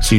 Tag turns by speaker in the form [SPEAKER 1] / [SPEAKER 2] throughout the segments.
[SPEAKER 1] Si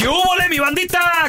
[SPEAKER 2] ¿Qué hubo, le, mi bandita?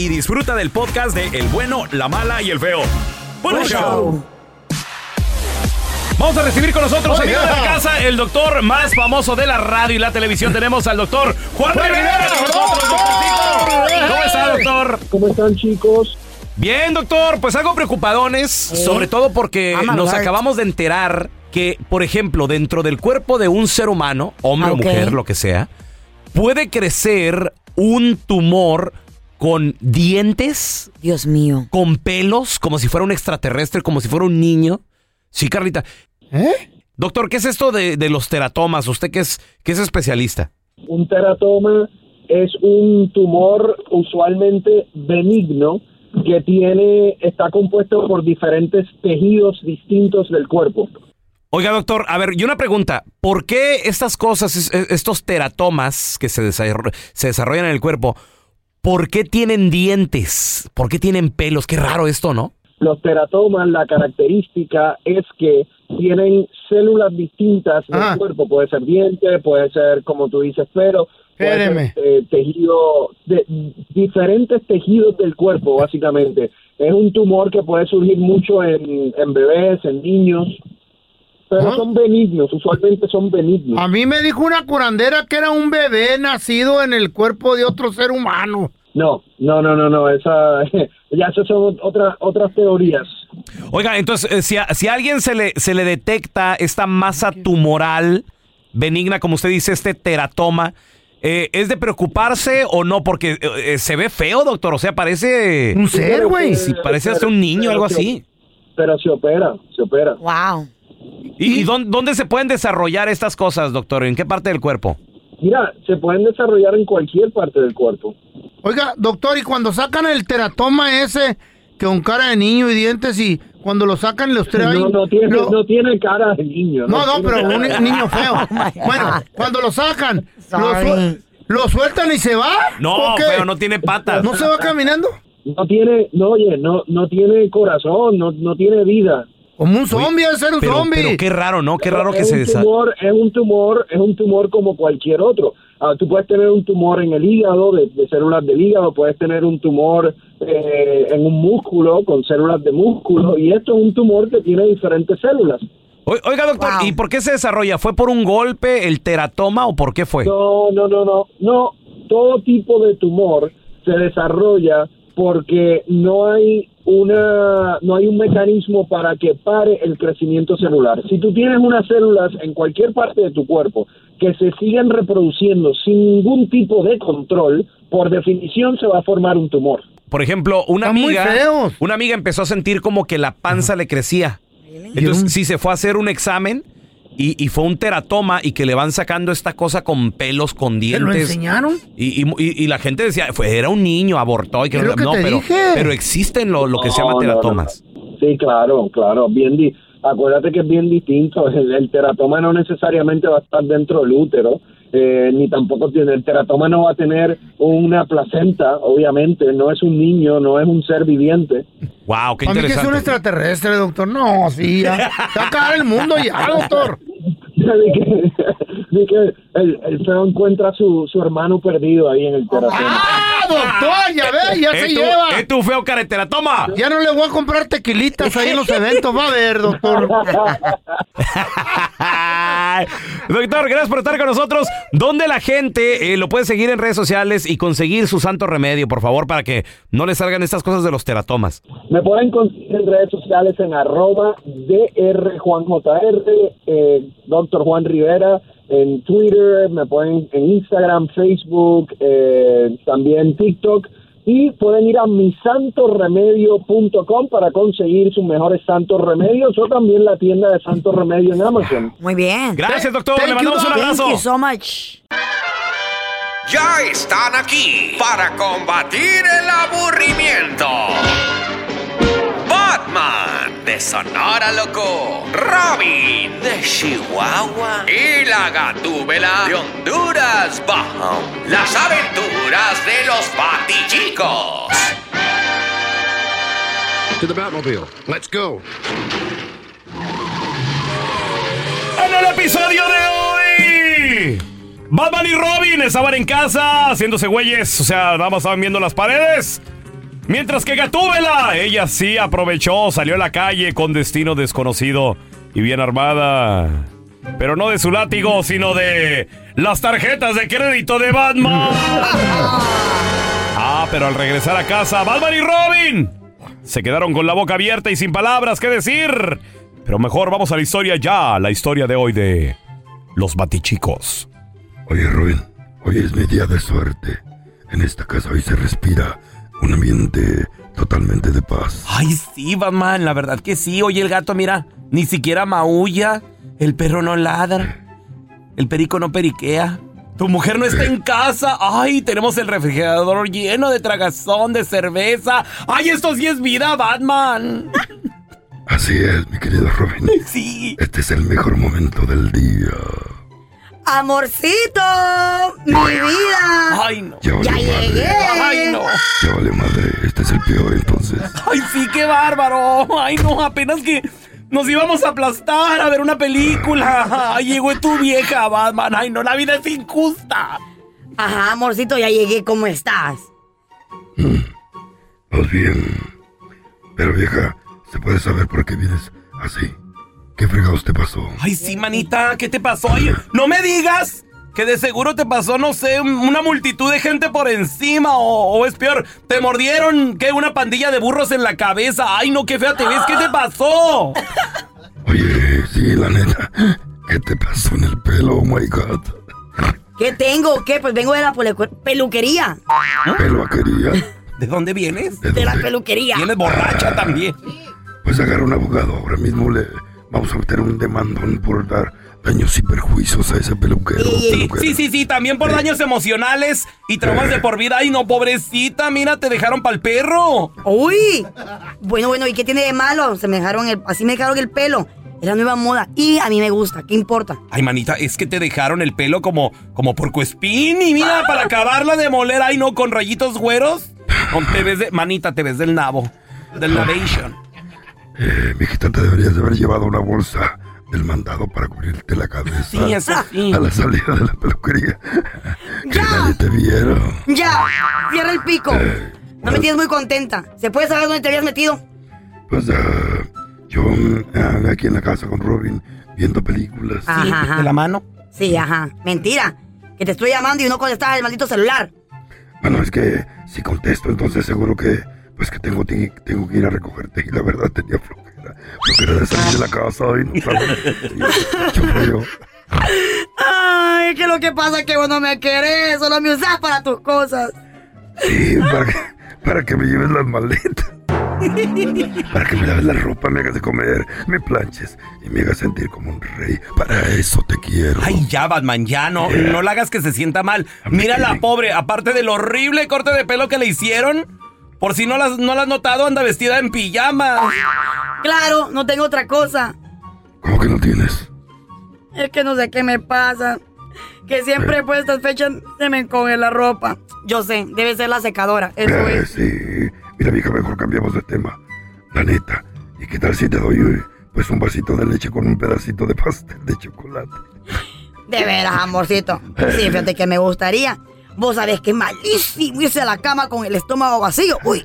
[SPEAKER 2] y disfruta del podcast de El bueno, la mala y el feo. ¡Buen
[SPEAKER 3] Buen
[SPEAKER 2] show!
[SPEAKER 3] show.
[SPEAKER 2] Vamos a recibir con nosotros,
[SPEAKER 3] Oiga.
[SPEAKER 2] amigos de la casa, el doctor más famoso de la radio y la televisión. Tenemos al doctor Juan Rivera con nosotros, doctorcito. ¿Cómo está, doctor?
[SPEAKER 4] ¿Cómo están, chicos?
[SPEAKER 2] Bien, doctor, pues algo preocupadones, sobre todo porque
[SPEAKER 5] I'm
[SPEAKER 2] nos
[SPEAKER 5] alert.
[SPEAKER 2] acabamos de enterar que, por ejemplo, dentro del cuerpo de un ser humano, hombre
[SPEAKER 5] Ah, Ok.
[SPEAKER 2] o mujer, lo que sea, puede crecer un tumor con dientes,
[SPEAKER 5] Dios mío.
[SPEAKER 2] con pelos, como si fuera un extraterrestre, como si fuera un niño. Sí, Carlita.
[SPEAKER 3] ¿Eh?
[SPEAKER 2] Doctor, ¿qué es esto de, de los teratomas? Usted que es, que es especialista.
[SPEAKER 4] Un teratoma es un tumor usualmente benigno que tiene está compuesto por diferentes tejidos distintos del cuerpo.
[SPEAKER 2] Oiga, doctor, a ver, y una pregunta. ¿Por qué estas cosas, es- es- estos teratomas que se, desarro- se desarrollan en el cuerpo, ¿por qué tienen dientes? ¿Por qué tienen pelos? Qué raro esto, ¿no?
[SPEAKER 4] Los teratomas, la característica es que tienen células distintas del
[SPEAKER 3] Ah.
[SPEAKER 4] cuerpo. Puede ser diente, puede ser, como tú dices, pero puede ser,
[SPEAKER 3] Espéreme.
[SPEAKER 4] eh, tejido, de, diferentes tejidos del cuerpo, básicamente. Es un tumor que puede surgir mucho en, en bebés, en niños, pero
[SPEAKER 3] Ah.
[SPEAKER 4] son benignos, usualmente son benignos.
[SPEAKER 3] A mí me dijo una curandera que era un bebé nacido en el cuerpo de otro ser humano.
[SPEAKER 4] No, no, no, no, no, esa, ya esas son otras otras teorías.
[SPEAKER 2] Oiga, entonces, eh, si a, si a alguien se le, se le detecta esta masa tumoral benigna, como usted dice, este teratoma, eh, ¿es de preocuparse o no? Porque eh, eh, se ve feo, doctor. O sea, parece...
[SPEAKER 3] Un ser, güey.
[SPEAKER 2] Sí, parece hasta un niño, algo así.
[SPEAKER 4] Pero se opera, se opera.
[SPEAKER 5] Wow.
[SPEAKER 2] ¿Y, y dónde, dónde se pueden desarrollar estas cosas, doctor? ¿En qué parte del cuerpo?
[SPEAKER 4] Mira, se pueden desarrollar en cualquier parte del cuerpo.
[SPEAKER 3] Oiga, doctor, y cuando sacan el teratoma ese, que con cara de niño y dientes, y cuando lo sacan los traen...
[SPEAKER 4] No, no tiene,
[SPEAKER 3] lo-
[SPEAKER 4] no tiene cara de niño.
[SPEAKER 3] No, no,
[SPEAKER 4] tiene
[SPEAKER 3] pero
[SPEAKER 4] cara
[SPEAKER 3] un
[SPEAKER 4] de-
[SPEAKER 3] niño feo.
[SPEAKER 5] Oh my
[SPEAKER 3] Bueno,
[SPEAKER 5] God.
[SPEAKER 3] cuando lo sacan, lo,
[SPEAKER 5] Sorry.
[SPEAKER 3] suel- lo sueltan y se va. ¿O
[SPEAKER 2] No,
[SPEAKER 3] qué?
[SPEAKER 2] pero no tiene patas.
[SPEAKER 3] ¿No se va caminando?
[SPEAKER 4] No tiene, no, oye, no, no tiene corazón, no, no tiene vida.
[SPEAKER 3] Como un zombie, debe ser un
[SPEAKER 2] Pero,
[SPEAKER 3] zombie.
[SPEAKER 2] pero qué raro, ¿no? Qué raro que
[SPEAKER 4] es
[SPEAKER 2] se
[SPEAKER 4] un
[SPEAKER 2] desa-
[SPEAKER 4] tumor, Es un tumor, es un tumor como cualquier otro. Ah, tú puedes tener un tumor en el hígado, de, de células del hígado, puedes tener un tumor eh, en un músculo, con células de músculo, y esto es un tumor que tiene diferentes células.
[SPEAKER 2] O- Oiga, doctor,
[SPEAKER 5] Wow.
[SPEAKER 2] ¿y por qué se desarrolla? ¿Fue por un golpe, el teratoma o por qué fue?
[SPEAKER 4] No, no, no, no, no. Todo tipo de tumor se desarrolla porque no hay una, no hay un mecanismo para que pare el crecimiento celular. Si tú tienes unas células en cualquier parte de tu cuerpo que se siguen reproduciendo sin ningún tipo de control, por definición se va a formar un tumor.
[SPEAKER 2] Por ejemplo, una
[SPEAKER 3] Están muy
[SPEAKER 2] amiga,
[SPEAKER 3] feos.
[SPEAKER 2] una amiga empezó a sentir como que la panza le crecía. Entonces, sí se fue a hacer un examen y, y fue un teratoma y que le van sacando esta cosa con pelos, con
[SPEAKER 3] ¿Te lo
[SPEAKER 2] dientes.
[SPEAKER 3] enseñaron?
[SPEAKER 2] Y, y- y- y la gente decía, fue, era un niño, abortó. Y que,
[SPEAKER 3] Es lo que
[SPEAKER 2] no,
[SPEAKER 3] te
[SPEAKER 2] pero,
[SPEAKER 3] dije.
[SPEAKER 2] pero existen lo, lo que se
[SPEAKER 4] No,
[SPEAKER 2] llama
[SPEAKER 4] no, no.
[SPEAKER 2] teratomas.
[SPEAKER 4] Sí, claro, claro. Bien di- Acuérdate que es bien distinto. El, el teratoma no necesariamente va a estar dentro del útero, eh, ni tampoco tiene. El teratoma no va a tener una placenta, obviamente. No es un niño, no es un ser viviente.
[SPEAKER 2] Wow, qué
[SPEAKER 3] A mí que es un
[SPEAKER 2] interesante.
[SPEAKER 3] extraterrestre, doctor. No, sí, ya. Se va a acabar el mundo ya, doctor.
[SPEAKER 4] de que, de que el, el feo encuentra a su, su hermano perdido ahí en el teratoma.
[SPEAKER 3] ¡Ah, doctor! Ya ve, ya
[SPEAKER 2] Es
[SPEAKER 3] se
[SPEAKER 2] tu-
[SPEAKER 3] lleva.
[SPEAKER 2] es tu feo caretera, toma.
[SPEAKER 3] Ya no le voy a comprar tequilitas ahí en los eventos. Va a ver, doctor.
[SPEAKER 2] Ay. Doctor, gracias por estar con nosotros. ¿Dónde la gente eh, lo puede seguir en redes sociales y conseguir su santo remedio, por favor, para que no le salgan estas cosas de los teratomas?
[SPEAKER 4] Me pueden conseguir en redes sociales en arroba drjuanjr, eh, Dr. Juan Rivera, en Twitter, me pueden en Instagram, Facebook, eh, también TikTok. Y pueden ir a misantoremedio.com para conseguir sus mejores santos remedios o también la tienda de Santo Remedio en Amazon.
[SPEAKER 5] Muy bien.
[SPEAKER 2] Gracias, doctor.
[SPEAKER 3] Thank
[SPEAKER 2] Le mandamos
[SPEAKER 3] you,
[SPEAKER 2] un
[SPEAKER 3] doc.
[SPEAKER 2] abrazo.
[SPEAKER 5] Thank you so much.
[SPEAKER 6] ya están aquí para combatir el aburrimiento. Batman de Sonora Loco, Robin de Chihuahua y la Gatúbela de Honduras Bajo. Las aventuras de los Batichicos.
[SPEAKER 2] En el episodio de hoy. Batman y Robin estaban en casa haciéndose güeyes, o sea, nada más estaban viendo las paredes. Mientras que Gatúbela, ella sí aprovechó, salió a la calle con destino desconocido y bien armada. Pero no de su látigo, sino de las tarjetas de crédito de Batman. Ah, pero al regresar a casa, Batman y Robin se quedaron con la boca abierta y sin palabras que decir. Pero mejor vamos a la historia ya, la historia de hoy de los batichicos.
[SPEAKER 7] Oye, Rubén, hoy es mi día de suerte. En esta casa hoy se respira un ambiente totalmente de paz.
[SPEAKER 8] Ay, sí, Batman, la verdad que sí. Oye, el gato, mira, ni siquiera maulla. El perro no ladra. El perico no periquea. Tu mujer no está en casa. Ay, tenemos el refrigerador lleno de tragazón, de cerveza. Ay, esto sí es vida, Batman.
[SPEAKER 7] Así es, mi querido Rubén.
[SPEAKER 8] Sí.
[SPEAKER 7] Este es el mejor momento del día.
[SPEAKER 5] Amorcito, mi vida.
[SPEAKER 8] Ay, no.
[SPEAKER 7] Ya valió
[SPEAKER 5] Ya llegué.
[SPEAKER 7] madre.
[SPEAKER 8] Ay, no.
[SPEAKER 7] Ya valió madre. Este es el peor entonces.
[SPEAKER 8] Ay, sí, qué bárbaro. Ay, no, apenas que nos íbamos a aplastar a ver una película. Ay, llegó tu vieja, Batman. Ay, no, la vida es injusta.
[SPEAKER 5] Ajá, amorcito, ya llegué. ¿Cómo estás?
[SPEAKER 7] Pues Mm. bien. Pero vieja, ¿se puede saber por qué vienes así? ¿Qué fregados te pasó?
[SPEAKER 8] Ay, sí, manita, ¿qué te pasó? Oye, no me digas que de seguro te pasó, no sé, una multitud de gente por encima o, o es peor, te mordieron, ¿qué? Una pandilla de burros en la cabeza. Ay, no, qué fea te ves, ¿qué te pasó?
[SPEAKER 7] Oye, sí, la neta. ¿Qué te pasó en el pelo? Oh my god.
[SPEAKER 5] ¿Qué tengo? ¿Qué? Pues vengo de la pelu- peluquería.
[SPEAKER 8] ¿Ah?
[SPEAKER 7] Pelo aquería.
[SPEAKER 8] ¿De dónde vienes?
[SPEAKER 5] De la peluquería.
[SPEAKER 8] Vienes borracha también.
[SPEAKER 7] Pues agarra un abogado ahora mismo. Le vamos a meter un demandón por dar daños y perjuicios a ese peluquero.
[SPEAKER 8] Sí,
[SPEAKER 7] peluquera.
[SPEAKER 8] sí, sí, sí, también por daños emocionales y traumas de por vida. Ay, no, pobrecita, mira, te dejaron pa'l perro.
[SPEAKER 5] Uy. Bueno, bueno, ¿y qué tiene de malo? Se me dejaron el, así me dejaron el pelo. Es la nueva moda. Y a mí me gusta. ¿Qué importa?
[SPEAKER 8] Ay, manita, es que te dejaron el pelo como, como puercoespín y mira, para acabarla de moler, ay no, con rayitos güeros. Con te ves de, manita, te ves del nabo, del navation.
[SPEAKER 7] Eh, mijita, te deberías de haber llevado una bolsa del mandado para cubrirte la cabeza.
[SPEAKER 8] Sí, eso sí.
[SPEAKER 7] A la salida de la peluquería. que
[SPEAKER 5] Ya.
[SPEAKER 7] nadie te viera.
[SPEAKER 5] Ya. Cierra el pico. No me tienes muy contenta. ¿Se puede saber dónde te habías metido?
[SPEAKER 7] Pues ah, yo mm, ah, aquí en la casa con Robin viendo películas.
[SPEAKER 5] Ah.
[SPEAKER 8] Sí,
[SPEAKER 5] Ajá,
[SPEAKER 8] de la mano.
[SPEAKER 5] Sí, ajá. Mentira. Que te estoy llamando y no contestas el maldito celular.
[SPEAKER 7] Bueno, Ah, es que si contesto, entonces seguro que pues que tengo, ti- tengo que ir a recogerte y la verdad tenía flojera. Flojera de salir de la casa y no sabes. Sí, yo creo.
[SPEAKER 5] Ay, que lo que pasa es que vos no me querés, solo me usás para tus cosas.
[SPEAKER 7] Sí, para que, para que me lleves las maletas. Para que me laves la ropa, me hagas de comer, me planches y me hagas sentir como un rey. Para eso te quiero.
[SPEAKER 8] Ay, ya, Batman, ya no,
[SPEAKER 7] Yeah.
[SPEAKER 8] no la hagas que se sienta mal. Mira la pobre, aparte del horrible corte de pelo que le hicieron. Por si no las no la has notado, anda vestida en pijama.
[SPEAKER 5] Claro, no tengo otra cosa.
[SPEAKER 7] ¿Cómo que no tienes?
[SPEAKER 5] Es que no sé qué me pasa. Que siempre por estas fechas se me encoge la ropa. Yo sé, debe ser la secadora. Eso
[SPEAKER 7] Eh,
[SPEAKER 5] es.
[SPEAKER 7] sí. Mira, mija, mejor cambiamos de tema. La neta. ¿Y qué tal si te doy eh, pues un vasito de leche con un pedacito de pastel de chocolate?
[SPEAKER 5] De veras, amorcito. Sí, fíjate que me gustaría. Vos sabés que es malísimo irse a la cama con el estómago vacío. Uy,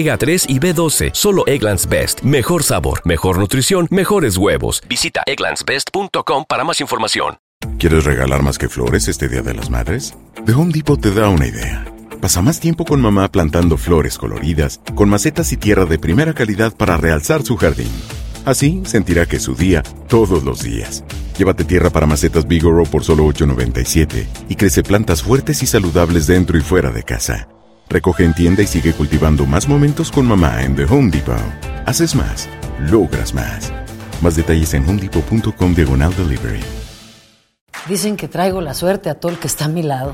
[SPEAKER 9] 3 y B12. Solo Egglands Best. Mejor sabor, mejor nutrición, mejores huevos. Visita egglandsbest.com para más información.
[SPEAKER 10] ¿Quieres regalar más que flores este Día de las Madres? The Home Depot te da una idea. Pasa más tiempo con mamá plantando flores coloridas, con macetas y tierra de primera calidad para realzar su jardín. Así sentirá que es su día todos los días. Llévate tierra para macetas Bigoro por solo $8.97 y crece plantas fuertes y saludables dentro y fuera de casa. Recoge en tienda y sigue cultivando más momentos con mamá en The Home Depot. Haces más, logras más. Más detalles en homedepot.com diagonal delivery.
[SPEAKER 11] Dicen que traigo la suerte a todo el que está a mi lado.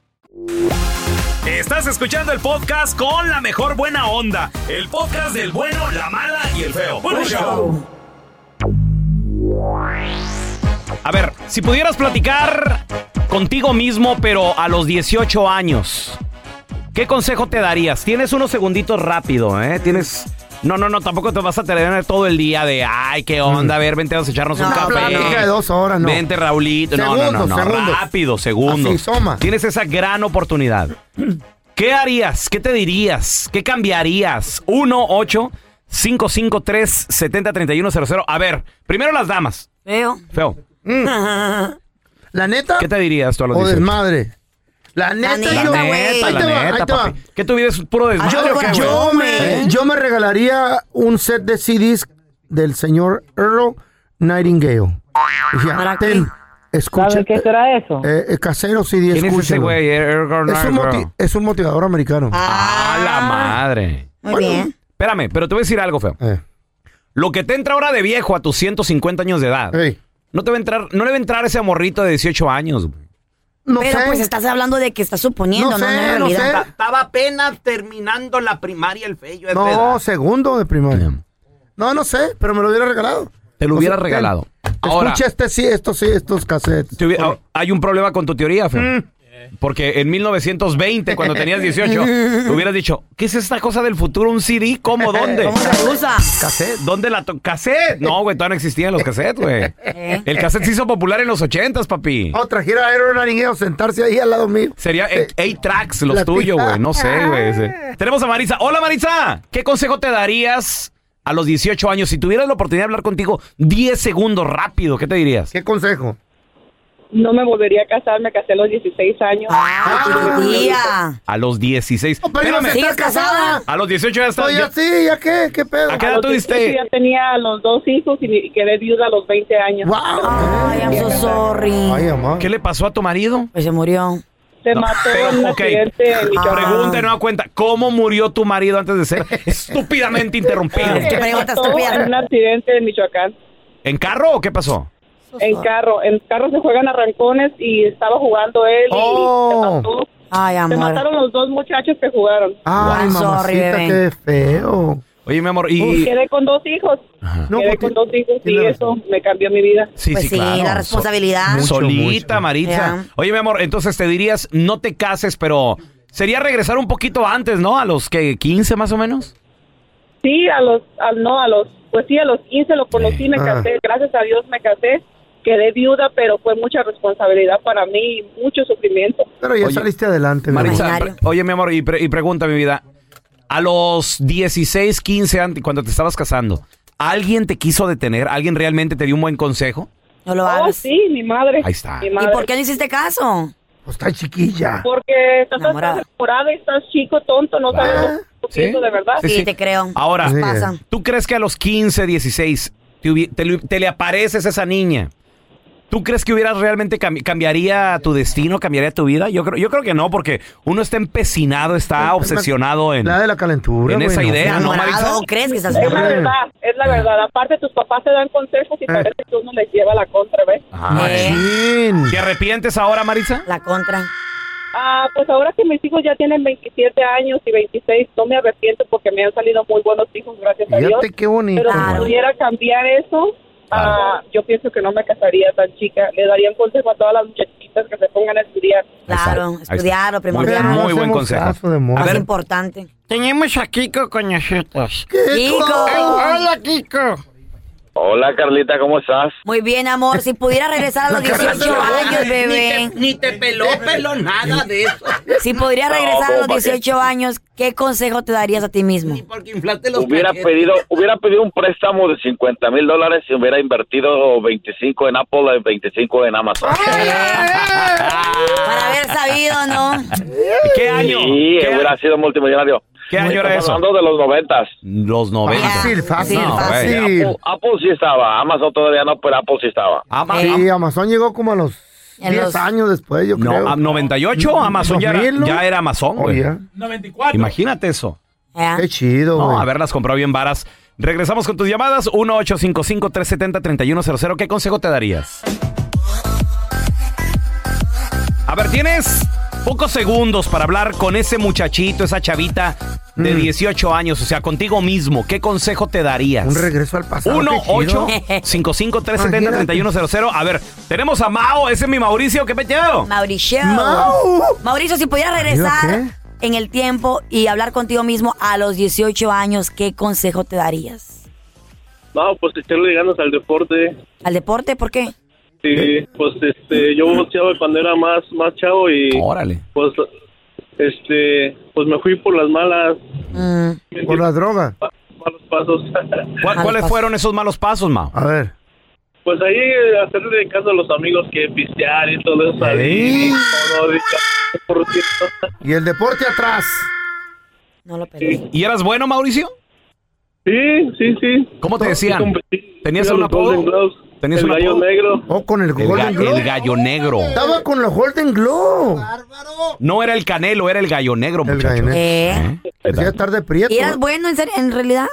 [SPEAKER 2] Estás escuchando el podcast con la mejor buena onda. El podcast del bueno, la mala y el feo. Bueno, show. A ver, si pudieras platicar contigo mismo, pero a los 18 años, ¿qué consejo te darías? Tienes unos segunditos rápido, ¿eh? Tienes. No, no, no, tampoco te vas a tener todo el día de, ay, qué onda, a ver, vente, vamos a echarnos un
[SPEAKER 3] Mm. No,
[SPEAKER 2] café.
[SPEAKER 3] plática de dos horas, no.
[SPEAKER 2] Vente, Raulito. No, no,
[SPEAKER 3] Segundos,
[SPEAKER 2] no, no,
[SPEAKER 3] segundos.
[SPEAKER 2] rápido, segundos.
[SPEAKER 3] Así soma.
[SPEAKER 2] Tienes esa gran oportunidad. ¿Qué harías? ¿Qué te dirías? ¿Qué cambiarías? 1 8 553 703100 A ver, primero las damas.
[SPEAKER 5] Veo.
[SPEAKER 2] Feo.
[SPEAKER 3] Mm. Ah, ¿La neta?
[SPEAKER 2] ¿Qué te dirías tú a los
[SPEAKER 3] O
[SPEAKER 2] 18?
[SPEAKER 3] Oh, desmadre. La neta,
[SPEAKER 2] neta,
[SPEAKER 3] yo.
[SPEAKER 2] güey.
[SPEAKER 3] Ahí
[SPEAKER 2] La
[SPEAKER 3] te va,
[SPEAKER 2] neta,
[SPEAKER 3] ahí te va. Ah,
[SPEAKER 2] papi. ¿Qué tuvieras puro desmadre?
[SPEAKER 12] Ah,
[SPEAKER 3] Yo,
[SPEAKER 2] o qué,
[SPEAKER 3] yo
[SPEAKER 2] güey?
[SPEAKER 3] me,
[SPEAKER 2] ¿Eh?
[SPEAKER 3] yo me regalaría un set de CDs del señor Earl Nightingale. Dije, ten, escucha.
[SPEAKER 12] ¿Sabe qué será eso?
[SPEAKER 3] Eh, eh, casero CD,
[SPEAKER 2] ¿Quién es ese
[SPEAKER 3] escúchalo.
[SPEAKER 2] güey? Ah, Ergo
[SPEAKER 3] Es un,
[SPEAKER 2] Nargo.
[SPEAKER 3] moti- es un motivador americano.
[SPEAKER 12] Ah,
[SPEAKER 2] A la madre.
[SPEAKER 5] Muy bien.
[SPEAKER 2] Espérame, pero te voy a decir algo, feo.
[SPEAKER 3] Eh.
[SPEAKER 2] Lo que te entra ahora de viejo a tus 150 años de edad. No te va a entrar, no le va a entrar ese morrito de 18 años, güey.
[SPEAKER 5] Pero pues estás hablando de que estás suponiendo, ¿no? no, en realidad.
[SPEAKER 2] Estaba apenas terminando la primaria el feyo.
[SPEAKER 3] No, segundo de primaria. No, no sé, pero me lo hubiera regalado.
[SPEAKER 2] Te
[SPEAKER 3] No
[SPEAKER 2] lo
[SPEAKER 5] eh,
[SPEAKER 2] hubiera
[SPEAKER 3] sé, ten,
[SPEAKER 2] regalado. Ahora,
[SPEAKER 3] Escucha este sí, estos sí, estos cassettes.
[SPEAKER 2] te
[SPEAKER 5] oh.
[SPEAKER 2] hubiera- hay un problema con tu teoría, Feo.
[SPEAKER 5] Mm.
[SPEAKER 2] Porque en 1920, cuando tenías 18, te hubieras dicho, ¿qué es esta cosa del futuro? ¿Un CD? ¿Cómo? ¿Dónde?
[SPEAKER 5] ¿Cómo se usa?
[SPEAKER 2] ¿Cassette? ¿Dónde la to- ¿Cassette? No, güey, todavía no existían los cassettes, güey.
[SPEAKER 3] ¿Eh?
[SPEAKER 2] El cassette se hizo popular en los 80s, papi.
[SPEAKER 3] Otra gira a Earl Nightingale sentarse ahí al lado mío.
[SPEAKER 2] Sería
[SPEAKER 3] Eh,
[SPEAKER 2] eight tracks los
[SPEAKER 3] la
[SPEAKER 2] tuyos,
[SPEAKER 3] tía.
[SPEAKER 2] güey. No sé,
[SPEAKER 5] Ah.
[SPEAKER 2] güey. ese. Tenemos a Marisa. Hola, Marisa. ¿Qué consejo te darías a los 18 años si tuvieras la oportunidad de hablar contigo 10 segundos rápido? ¿Qué te dirías?
[SPEAKER 3] ¿Qué consejo?
[SPEAKER 12] No me volvería a casar, me casé a los 16 años.
[SPEAKER 3] Ah,
[SPEAKER 5] Ah,
[SPEAKER 2] A los 16.
[SPEAKER 12] pero ibas a
[SPEAKER 2] Espérame.
[SPEAKER 12] estar casada.
[SPEAKER 2] A los 18 ya estás.
[SPEAKER 12] Oye,
[SPEAKER 2] ya-
[SPEAKER 3] Sí, ¿ya qué? ¿Qué pedo?
[SPEAKER 2] ¿A qué edad
[SPEAKER 12] los
[SPEAKER 2] tuviste?
[SPEAKER 12] 18 Ya tenía los dos hijos y y quedé viuda a los 20 años.
[SPEAKER 5] Ay, I'm so sorry.
[SPEAKER 2] ¿Qué le pasó a tu marido?
[SPEAKER 5] Pues se murió.
[SPEAKER 12] Se mató en un
[SPEAKER 2] ok.
[SPEAKER 12] accidente en Michoacán.
[SPEAKER 2] Pregunta y no da cuenta. ¿Cómo murió tu marido antes de ser estúpidamente interrumpido?
[SPEAKER 12] Se mató En un accidente en Michoacán.
[SPEAKER 2] ¿En carro o qué pasó?
[SPEAKER 12] En carro. En carro se juegan arrancones y estaba jugando él
[SPEAKER 3] Oh.
[SPEAKER 12] y se mató.
[SPEAKER 5] Ay,
[SPEAKER 12] Se
[SPEAKER 5] amor.
[SPEAKER 12] mataron los dos muchachos que jugaron.
[SPEAKER 3] Ay, mamacita, qué feo.
[SPEAKER 2] Oye, mi amor, y...
[SPEAKER 12] Y quedé con dos hijos. quedé con dos hijos y eso me cambió mi vida.
[SPEAKER 2] Sí, sí, claro. So-
[SPEAKER 5] Pues responsabilidad.
[SPEAKER 2] solita,
[SPEAKER 5] Mucho, mucho.
[SPEAKER 2] Maritza.
[SPEAKER 5] Ya.
[SPEAKER 2] Oye, mi amor, entonces te dirías, no te cases, pero sería regresar un poquito antes, ¿no? A los que 15 más o menos.
[SPEAKER 12] Sí, a los, al- no, a los, pues sí, a los 15 lo conocí, me
[SPEAKER 2] Ah.
[SPEAKER 12] casé, gracias a Dios me casé, quedé viuda, pero fue mucha responsabilidad para mí y mucho sufrimiento.
[SPEAKER 3] Pero ya saliste adelante, mi amor.
[SPEAKER 2] Maritza, pre- oye, mi amor, y, pre- y pregunta, mi vida. A los 16, 15, antes, cuando te estabas casando, ¿alguien te quiso detener? ¿Alguien realmente te dio un buen consejo?
[SPEAKER 5] No lo hagas.
[SPEAKER 12] Oh, sí, mi madre.
[SPEAKER 2] Ahí está.
[SPEAKER 5] ¿Y por qué no hiciste caso?
[SPEAKER 3] Pues está chiquilla.
[SPEAKER 12] Porque estás
[SPEAKER 5] Enamorada.
[SPEAKER 12] enamorada y estás chico, tonto, no sabes lo que
[SPEAKER 2] Sí.
[SPEAKER 12] siento, de verdad.
[SPEAKER 2] Sí, sí. Ahora, ¿tú crees que a los 15, 16 te, hubi- te, le- te le apareces a esa niña? ¿Tú crees que hubieras realmente cambi- cambiaría tu destino, cambiaría tu vida? Yo creo, yo creo que no, porque uno está empecinado, está obsesionado en...
[SPEAKER 3] La de la calentura.
[SPEAKER 2] En
[SPEAKER 3] güey,
[SPEAKER 2] esa idea, ¿no, Maritza?
[SPEAKER 5] crees que estás
[SPEAKER 12] Es la verdad, es la verdad. Aparte, tus papás te dan consejos y parece que uno les lleva la contra, ¿ves?
[SPEAKER 2] ¿Te arrepientes ahora, Maritza?
[SPEAKER 5] La contra.
[SPEAKER 12] Ah, pues ahora que mis hijos ya tienen 27 años y 26, no me arrepiento porque me han salido muy buenos hijos, gracias a
[SPEAKER 3] Fíjate
[SPEAKER 12] Dios.
[SPEAKER 3] qué bonito.
[SPEAKER 12] Pero si
[SPEAKER 3] Claro.
[SPEAKER 12] pudiera cambiar eso, ah, yo pienso que no me casaría tan chica. Le daría un consejo a todas las muchachitas que se pongan a estudiar.
[SPEAKER 5] Claro,
[SPEAKER 2] está.
[SPEAKER 5] estudiar
[SPEAKER 2] Muy
[SPEAKER 5] lo
[SPEAKER 2] buen-
[SPEAKER 5] primordial.
[SPEAKER 2] muy buen consejo.
[SPEAKER 5] Más
[SPEAKER 2] A ver,
[SPEAKER 5] importante.
[SPEAKER 13] Tenemos a Kiko con nosotros.
[SPEAKER 5] Kiko.
[SPEAKER 13] Hola, Kiko.
[SPEAKER 14] Hola Carlita, ¿cómo estás?
[SPEAKER 5] Muy bien, amor. Si pudieras regresar a los 18 años, bebé.
[SPEAKER 13] Ni te peló, peló nada de eso.
[SPEAKER 5] Si podrías
[SPEAKER 13] No,
[SPEAKER 5] regresar a los
[SPEAKER 13] ¿cómo pa' qué?
[SPEAKER 5] 18 años, ¿qué consejo te darías a ti mismo?
[SPEAKER 14] Hubiera pedido, hubiera pedido un préstamo de 50 mil dólares y hubiera invertido 25 en Apple y 25 en Amazon.
[SPEAKER 5] Para haber sabido, ¿no?
[SPEAKER 2] Ah. ¿Qué año?
[SPEAKER 14] Sí, hubiera sido multimillonario.
[SPEAKER 2] ¿Qué año era
[SPEAKER 14] Estamos
[SPEAKER 2] eso?
[SPEAKER 14] hablando de los noventas.
[SPEAKER 2] Los 90.
[SPEAKER 3] Fácil, fácil,
[SPEAKER 14] No,
[SPEAKER 3] fácil.
[SPEAKER 14] güey. Apple, Apple sí estaba, Amazon todavía no, pero Apple sí estaba.
[SPEAKER 3] Sí, Amazon llegó como a los
[SPEAKER 14] En
[SPEAKER 3] 10
[SPEAKER 14] los-
[SPEAKER 3] años después, yo
[SPEAKER 2] No,
[SPEAKER 3] creo.
[SPEAKER 2] a- 98 Amazon ya era,
[SPEAKER 3] 2000, ¿no?
[SPEAKER 2] ya era Amazon,
[SPEAKER 3] Oh,
[SPEAKER 2] güey.
[SPEAKER 3] ya.
[SPEAKER 2] 94. Imagínate eso.
[SPEAKER 3] Qué chido,
[SPEAKER 2] No,
[SPEAKER 3] güey.
[SPEAKER 2] a ver, las compró bien varas. Regresamos con tus llamadas 1-855-370-3100. ¿Qué consejo te darías? A ver, tienes pocos segundos para hablar con ese muchachito, esa chavita
[SPEAKER 3] Mm.
[SPEAKER 2] de 18 años, o sea, contigo mismo. ¿Qué consejo te darías?
[SPEAKER 3] Un regreso al pasado, qué chido.
[SPEAKER 5] Eh,
[SPEAKER 2] 1-855-370-3100. A ver, tenemos a Mao, ese es mi Mauricio, ¿qué peteado?
[SPEAKER 5] Mauricio.
[SPEAKER 2] Mau.
[SPEAKER 5] Mauricio, si pudieras regresar en el tiempo y hablar contigo mismo a los 18 años, ¿qué consejo te darías?
[SPEAKER 15] No, pues echarle ganas al deporte.
[SPEAKER 5] ¿Al deporte? ¿Por qué?
[SPEAKER 15] Sí, pues este, yo boxeaba cuando era más, más chavo y.
[SPEAKER 2] Órale.
[SPEAKER 15] Pues, este, pues me fui por las malas,
[SPEAKER 3] Por la droga.
[SPEAKER 15] malos pasos.
[SPEAKER 2] ¿Cuál- ¿Cuáles fueron esos malos pasos, Mao?
[SPEAKER 3] A ver.
[SPEAKER 15] Pues ahí hacerle caso a los amigos que pistear y todo eso. salir y todo, y- por cierto.
[SPEAKER 3] Y el deporte atrás.
[SPEAKER 5] No lo
[SPEAKER 2] ¿Y eras bueno, Mauricio?
[SPEAKER 15] Sí, sí, sí.
[SPEAKER 2] ¿Cómo te
[SPEAKER 15] No, sí
[SPEAKER 2] decían?
[SPEAKER 15] competí.
[SPEAKER 2] ¿Tenías
[SPEAKER 15] Fui a
[SPEAKER 2] un
[SPEAKER 15] los Golden
[SPEAKER 2] apodo?
[SPEAKER 15] Globes,
[SPEAKER 2] ¿Tenías
[SPEAKER 15] el
[SPEAKER 2] un
[SPEAKER 15] gallo
[SPEAKER 2] apodo?
[SPEAKER 15] negro.
[SPEAKER 3] O con el
[SPEAKER 2] Oh, El,
[SPEAKER 3] Golden
[SPEAKER 2] ga-
[SPEAKER 3] Globe.
[SPEAKER 2] el gallo negro.
[SPEAKER 3] Estaba con los Golden Globe.
[SPEAKER 2] No era el canelo, era el gallo negro, muchacho.
[SPEAKER 5] ¿Eh?
[SPEAKER 2] ¿Qué tal?
[SPEAKER 3] tarde
[SPEAKER 5] ¿Y eras bueno en, serio- en realidad?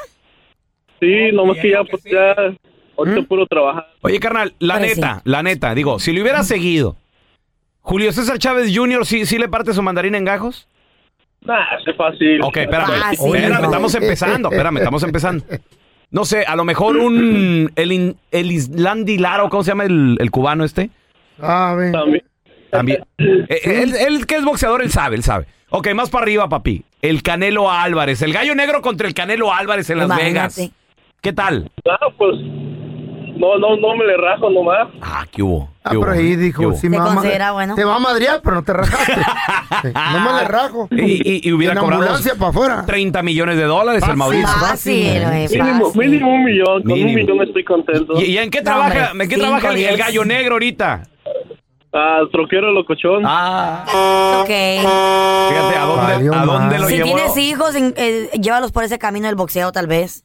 [SPEAKER 15] Sí, nomás que ya, pues ya,
[SPEAKER 2] ¿Mm?
[SPEAKER 15] ahorita puro trabajar.
[SPEAKER 2] Oye, carnal, la
[SPEAKER 15] Pues
[SPEAKER 2] neta, la neta, digo, si lo hubiera seguido, Julio César Chávez Jr., ¿sí, sí le parte su mandarín en gajos?
[SPEAKER 15] Nah, es fácil. Ah,
[SPEAKER 2] Ok, espérame,
[SPEAKER 3] Ah,
[SPEAKER 15] Fácil.
[SPEAKER 2] espérame,
[SPEAKER 3] eh,
[SPEAKER 2] estamos empezando, espérame, estamos empezando. No sé, a lo mejor un, el, in- el Islandi Laro, ¿cómo se llama el, el cubano este?
[SPEAKER 3] Ah, ve.
[SPEAKER 2] También. Eh, él, él que es boxeador, él sabe, él sabe. Ok, más para arriba, papi. El Canelo Álvarez. El gallo negro contra el Canelo Álvarez en Las
[SPEAKER 15] Imagínate.
[SPEAKER 2] Vegas. ¿Qué tal?
[SPEAKER 15] Ah, pues, no, no, no me le rajo nomás.
[SPEAKER 2] Ah, ¿qué hubo?
[SPEAKER 3] Ah, pero ahí dijo, sí,
[SPEAKER 5] ¿Te
[SPEAKER 3] mamá,
[SPEAKER 5] considera bueno?
[SPEAKER 3] Te va a madrear, pero no te rajaste. Sí, no me le rajo.
[SPEAKER 2] Ah, Y, y- y hubiera
[SPEAKER 3] En
[SPEAKER 2] cobrado
[SPEAKER 3] ambulancia
[SPEAKER 2] los
[SPEAKER 3] pa' afuera. Ah,
[SPEAKER 2] 30 millones de dólares el
[SPEAKER 3] Fácil,
[SPEAKER 2] Mauricio.
[SPEAKER 5] fácil, güey,
[SPEAKER 15] Mínimo,
[SPEAKER 5] fácil.
[SPEAKER 15] mínimo un millón, con un
[SPEAKER 2] Mínimo.
[SPEAKER 15] millón estoy contento.
[SPEAKER 2] ¿Y, y en qué trabaja,
[SPEAKER 15] hombre,
[SPEAKER 2] en qué
[SPEAKER 15] cinco,
[SPEAKER 2] trabaja el, el
[SPEAKER 15] diez.
[SPEAKER 2] gallo negro ahorita?
[SPEAKER 15] Ah, troquero locochón.
[SPEAKER 2] Ah.
[SPEAKER 5] Ok.
[SPEAKER 2] Fíjate, ¿a dónde, a dónde lo
[SPEAKER 5] si
[SPEAKER 2] llevó?
[SPEAKER 5] tienes hijos, en- eh, llévalos por ese camino del boxeo, tal vez.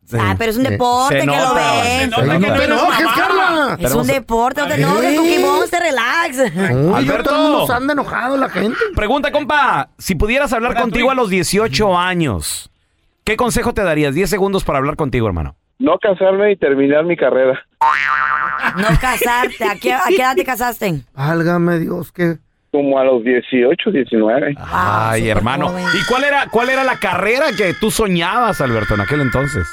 [SPEAKER 5] Ah, pero es un deporte
[SPEAKER 2] Se
[SPEAKER 5] que lo
[SPEAKER 2] nota,
[SPEAKER 5] ves.
[SPEAKER 2] se nota que no
[SPEAKER 5] te
[SPEAKER 2] eres
[SPEAKER 5] enojes,
[SPEAKER 2] mamá.
[SPEAKER 5] Carla. Es un
[SPEAKER 2] Tenemos-
[SPEAKER 5] deporte, no te
[SPEAKER 2] Ay.
[SPEAKER 5] enojes, Cookie Monster, relax.
[SPEAKER 2] Uy, yo todo el mundo se
[SPEAKER 5] anda enojado la gente.
[SPEAKER 2] Pregunta, compa, si pudieras hablar contigo a los 18 años, ¿qué consejo te darías? 10 segundos para hablar contigo, hermano.
[SPEAKER 14] No casarme y terminar mi carrera.
[SPEAKER 5] No casarte. ¿A qué, a qué edad te casaste?
[SPEAKER 3] Válgame Dios, que...
[SPEAKER 14] Como a los 18, 19.
[SPEAKER 3] Ah,
[SPEAKER 2] Ay, hermano. ¿Y cuál era, cuál era la carrera que tú soñabas, Alberto, en aquel entonces?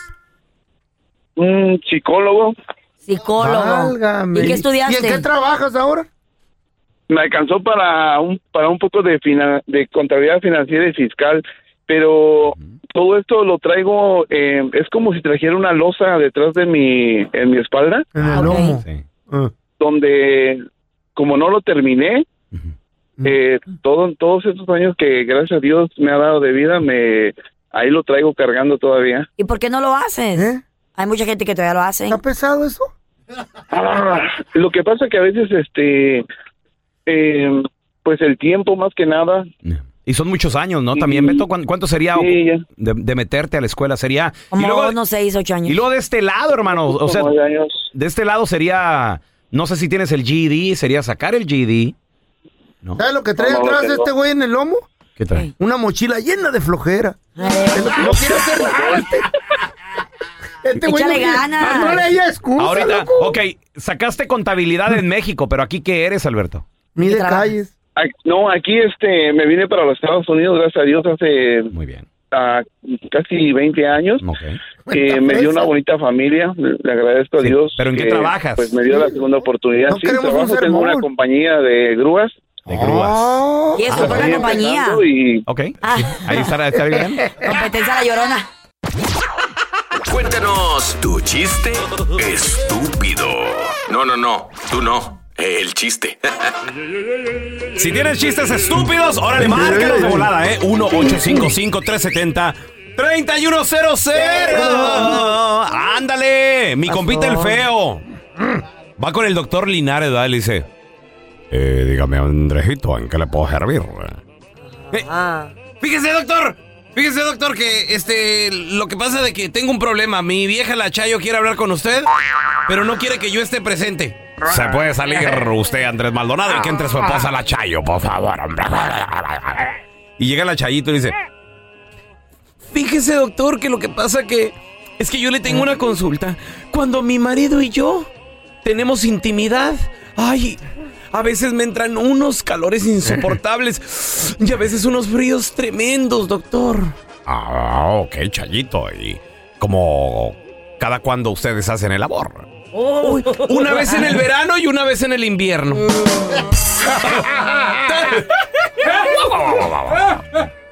[SPEAKER 14] Un psicólogo.
[SPEAKER 5] Psicólogo.
[SPEAKER 3] Válgame.
[SPEAKER 5] ¿Y qué estudiaste?
[SPEAKER 3] ¿Y en qué trabajas ahora?
[SPEAKER 14] Me alcanzó para un, para un poco de, fina- de contabilidad financiera y fiscal, pero todo esto lo traigo, eh, es como si trajera una losa detrás de mi, en mi espalda,
[SPEAKER 3] En
[SPEAKER 11] Ah,
[SPEAKER 3] el lomo.
[SPEAKER 14] donde como no lo terminé, eh, todo, todos estos años que gracias a Dios me ha dado de vida, me ahí lo traigo cargando todavía.
[SPEAKER 5] ¿Y por qué no lo haces? Hay mucha gente que todavía lo hace. ¿Está
[SPEAKER 3] pesado eso?
[SPEAKER 14] Ah, lo que pasa que a veces, este, eh, pues el tiempo más que nada,
[SPEAKER 2] Y son muchos años, ¿no? También, Beto, ¿cuán- ¿cuánto sería de, de meterte a la escuela? Sería...
[SPEAKER 5] Como
[SPEAKER 2] y, luego,
[SPEAKER 5] unos seis, ocho años.
[SPEAKER 2] y luego de este lado, hermano, o sea,
[SPEAKER 14] Como de años.
[SPEAKER 2] de este lado sería... No sé si tienes el GD, sería sacar el GD.
[SPEAKER 3] ¿Sabes lo que trae
[SPEAKER 2] No, no lo
[SPEAKER 3] atrás de
[SPEAKER 2] tengo.
[SPEAKER 3] este güey en el lomo?
[SPEAKER 2] ¿Qué tal?
[SPEAKER 3] Una mochila llena de flojera. Es lo que no quiere hacer nada, este. Este güey no
[SPEAKER 5] Échale
[SPEAKER 3] quiere-
[SPEAKER 5] ganas.
[SPEAKER 3] No le haya excusa,
[SPEAKER 2] Ahorita,
[SPEAKER 3] loco.
[SPEAKER 2] ok, sacaste contabilidad en México, pero aquí ¿qué eres, Alberto?
[SPEAKER 3] Mide calles.
[SPEAKER 14] Ah, No, aquí este me vine para los Estados Unidos, gracias a Dios, hace ah, casi 20 años. que
[SPEAKER 3] Cuenta
[SPEAKER 14] me
[SPEAKER 3] fresa.
[SPEAKER 14] dio una bonita familia, le agradezco a Dios.
[SPEAKER 2] ¿pero en qué
[SPEAKER 14] que,
[SPEAKER 2] trabajas?
[SPEAKER 14] Pues me dio la segunda oportunidad.
[SPEAKER 3] No
[SPEAKER 14] sí,
[SPEAKER 3] queremos un
[SPEAKER 14] trabajo, tengo
[SPEAKER 3] sermón. Ah.
[SPEAKER 14] una compañía de grúas.
[SPEAKER 2] De
[SPEAKER 14] grúas.
[SPEAKER 5] ¿Y eso por la compañía? Ah.
[SPEAKER 14] Y...
[SPEAKER 2] Ok, ahí estará, está bien.
[SPEAKER 5] Competencia la llorona.
[SPEAKER 16] Cuéntanos tu chiste estúpido. No, no, no, tú no. eh, El chiste.
[SPEAKER 2] Si tienes chistes estúpidos, órale, márcalos de volada, ¿eh? 1-855-370-3100. Ándale, mi compita el feo. Va con el doctor Linares, ¿verdad? Y Le dice, eh, dígame, Andrejito, ¿en qué le puedo servir?
[SPEAKER 8] Eh, Fíjese, doctor. Fíjese, doctor, que este lo que pasa de que tengo un problema. Mi vieja la Chayo quiere hablar con usted, pero no quiere que yo esté presente.
[SPEAKER 2] Se puede salir usted, Andrés Maldonado, y que entre su esposa, la Chayo, por favor, hombre. Y llega la Chayito y le dice,
[SPEAKER 8] Fíjese, doctor, que lo que pasa que es que yo le tengo una consulta. Cuando mi marido y yo tenemos intimidad, ay, a veces me entran unos calores insoportables y a veces unos fríos tremendos, doctor.
[SPEAKER 2] ah, ok, Chayito, y como cada cuando ustedes hacen el amor.
[SPEAKER 8] Uy, una vez en el verano y una vez en el invierno.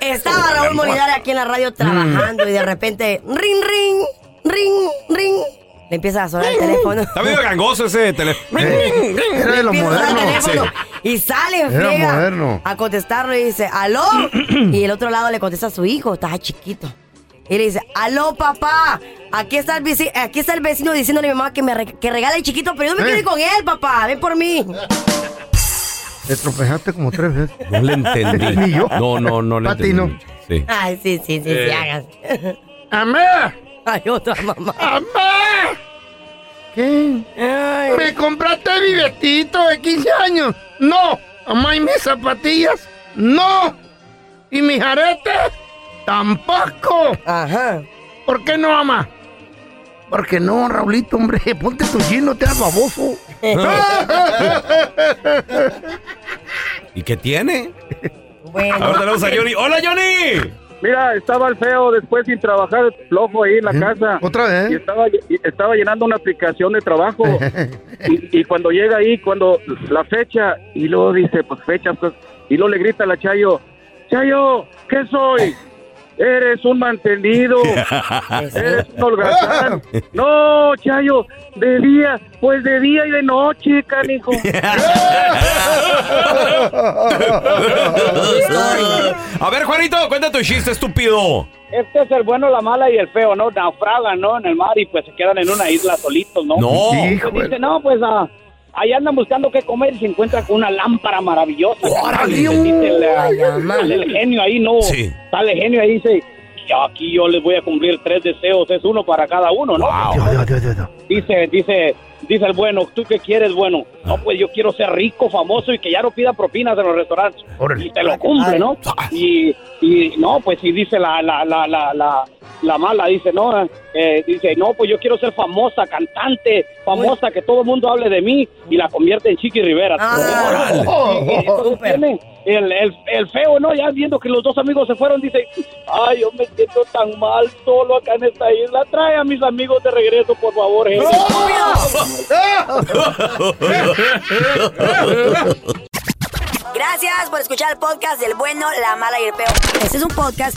[SPEAKER 5] Estaba Raúl Molinar aquí en la radio trabajando y de
[SPEAKER 3] Mm.
[SPEAKER 5] repente, ring, ring, ring, ring. Le empieza a sonar el teléfono.
[SPEAKER 2] Está medio gangoso ese teléfono.
[SPEAKER 3] Era de lo
[SPEAKER 5] Empieza a sonar el
[SPEAKER 3] moderno.
[SPEAKER 5] teléfono Y sale en
[SPEAKER 3] Era
[SPEAKER 5] friega
[SPEAKER 3] moderno.
[SPEAKER 5] a contestarlo y dice, ¿aló? y el otro lado le contesta a su hijo, estaba chiquito. Y le dice, ¿aló, papá? Aquí está el vecino, aquí está el vecino diciéndole a mi mamá que me re- que regale el chiquito,
[SPEAKER 3] Eh.
[SPEAKER 5] pero yo no me quiero ir con él, papá. Ven por mí.
[SPEAKER 3] Te tropejaste como tres veces.
[SPEAKER 2] No le entendí.
[SPEAKER 3] Ni yo.
[SPEAKER 2] No, no, no le
[SPEAKER 3] Pati,
[SPEAKER 2] entendí.
[SPEAKER 3] no.
[SPEAKER 2] mucho. Sí.
[SPEAKER 5] Ay, sí, sí, sí,
[SPEAKER 2] Eh.
[SPEAKER 5] sí, hagas. ¡Mamá! Ay, otra mamá.
[SPEAKER 3] ¡Mamá! ¿Qué? ¿Me compraste mi vestido de 15 años? ¡No! ¡Mamá, y mis zapatillas! ¡No! ¿Y mis aretes? ¡Tampoco!
[SPEAKER 5] Ajá.
[SPEAKER 3] ¿Por qué no, mamá? Porque no, Raulito, hombre. Ponte tu jean, no te hagas baboso.
[SPEAKER 2] ¿Y qué tiene?
[SPEAKER 5] Bueno.
[SPEAKER 2] Ahora tenemos a Johnny. ¡Hola, Johnny!
[SPEAKER 17] Mira, estaba el feo después sin trabajar, flojo ahí en la casa. ¿Otra vez? Y estaba, y estaba llenando una aplicación de trabajo. y, y cuando llega ahí, cuando la fecha, y luego dice, pues fecha, pues, y luego le grita a la Chayo, Chayo, ¿qué soy? Eres un mantenido, eres un holgazán. No, Chayo, de día, pues de día y de noche, canijo.
[SPEAKER 2] A ver, Juanito, cuenta tu chiste, estúpido.
[SPEAKER 18] Este es el bueno, la mala y el feo, ¿no? Naufragan, ¿no? En el mar y pues se quedan en una isla solitos, ¿no?
[SPEAKER 2] No.
[SPEAKER 18] Entonces
[SPEAKER 2] Híjole.
[SPEAKER 18] dice, no, pues ah, ahí andan buscando qué comer y se encuentran con una lámpara maravillosa. Dice el, ah, sale el genio ahí, ¿no?
[SPEAKER 2] Sí.
[SPEAKER 18] Sale el genio ahí y dice, aquí yo les voy a cumplir tres deseos, es uno para cada uno, ¿no? Dice, dice, dice el bueno, ¿tú qué quieres, bueno? No, pues yo quiero ser rico, famoso y que ya no pida propinas en los restaurantes. Y te lo cumple, ¿no? Y, y no, pues y dice la, la, la, la, la, la mala, dice, no, eh, dice, no, pues yo quiero ser famosa, cantante, famosa, que todo el mundo hable de mí y la convierte en Chiqui Rivera. Oh, Y entonces tiene el, el, el feo, ¿no? Ya viendo que los dos amigos se fueron, dice, ay, yo me siento tan mal solo acá en esta isla. Trae a mis amigos de regreso, por favor, gente.
[SPEAKER 5] Gracias por escuchar el podcast del bueno, la mala y el peor. Este es un podcast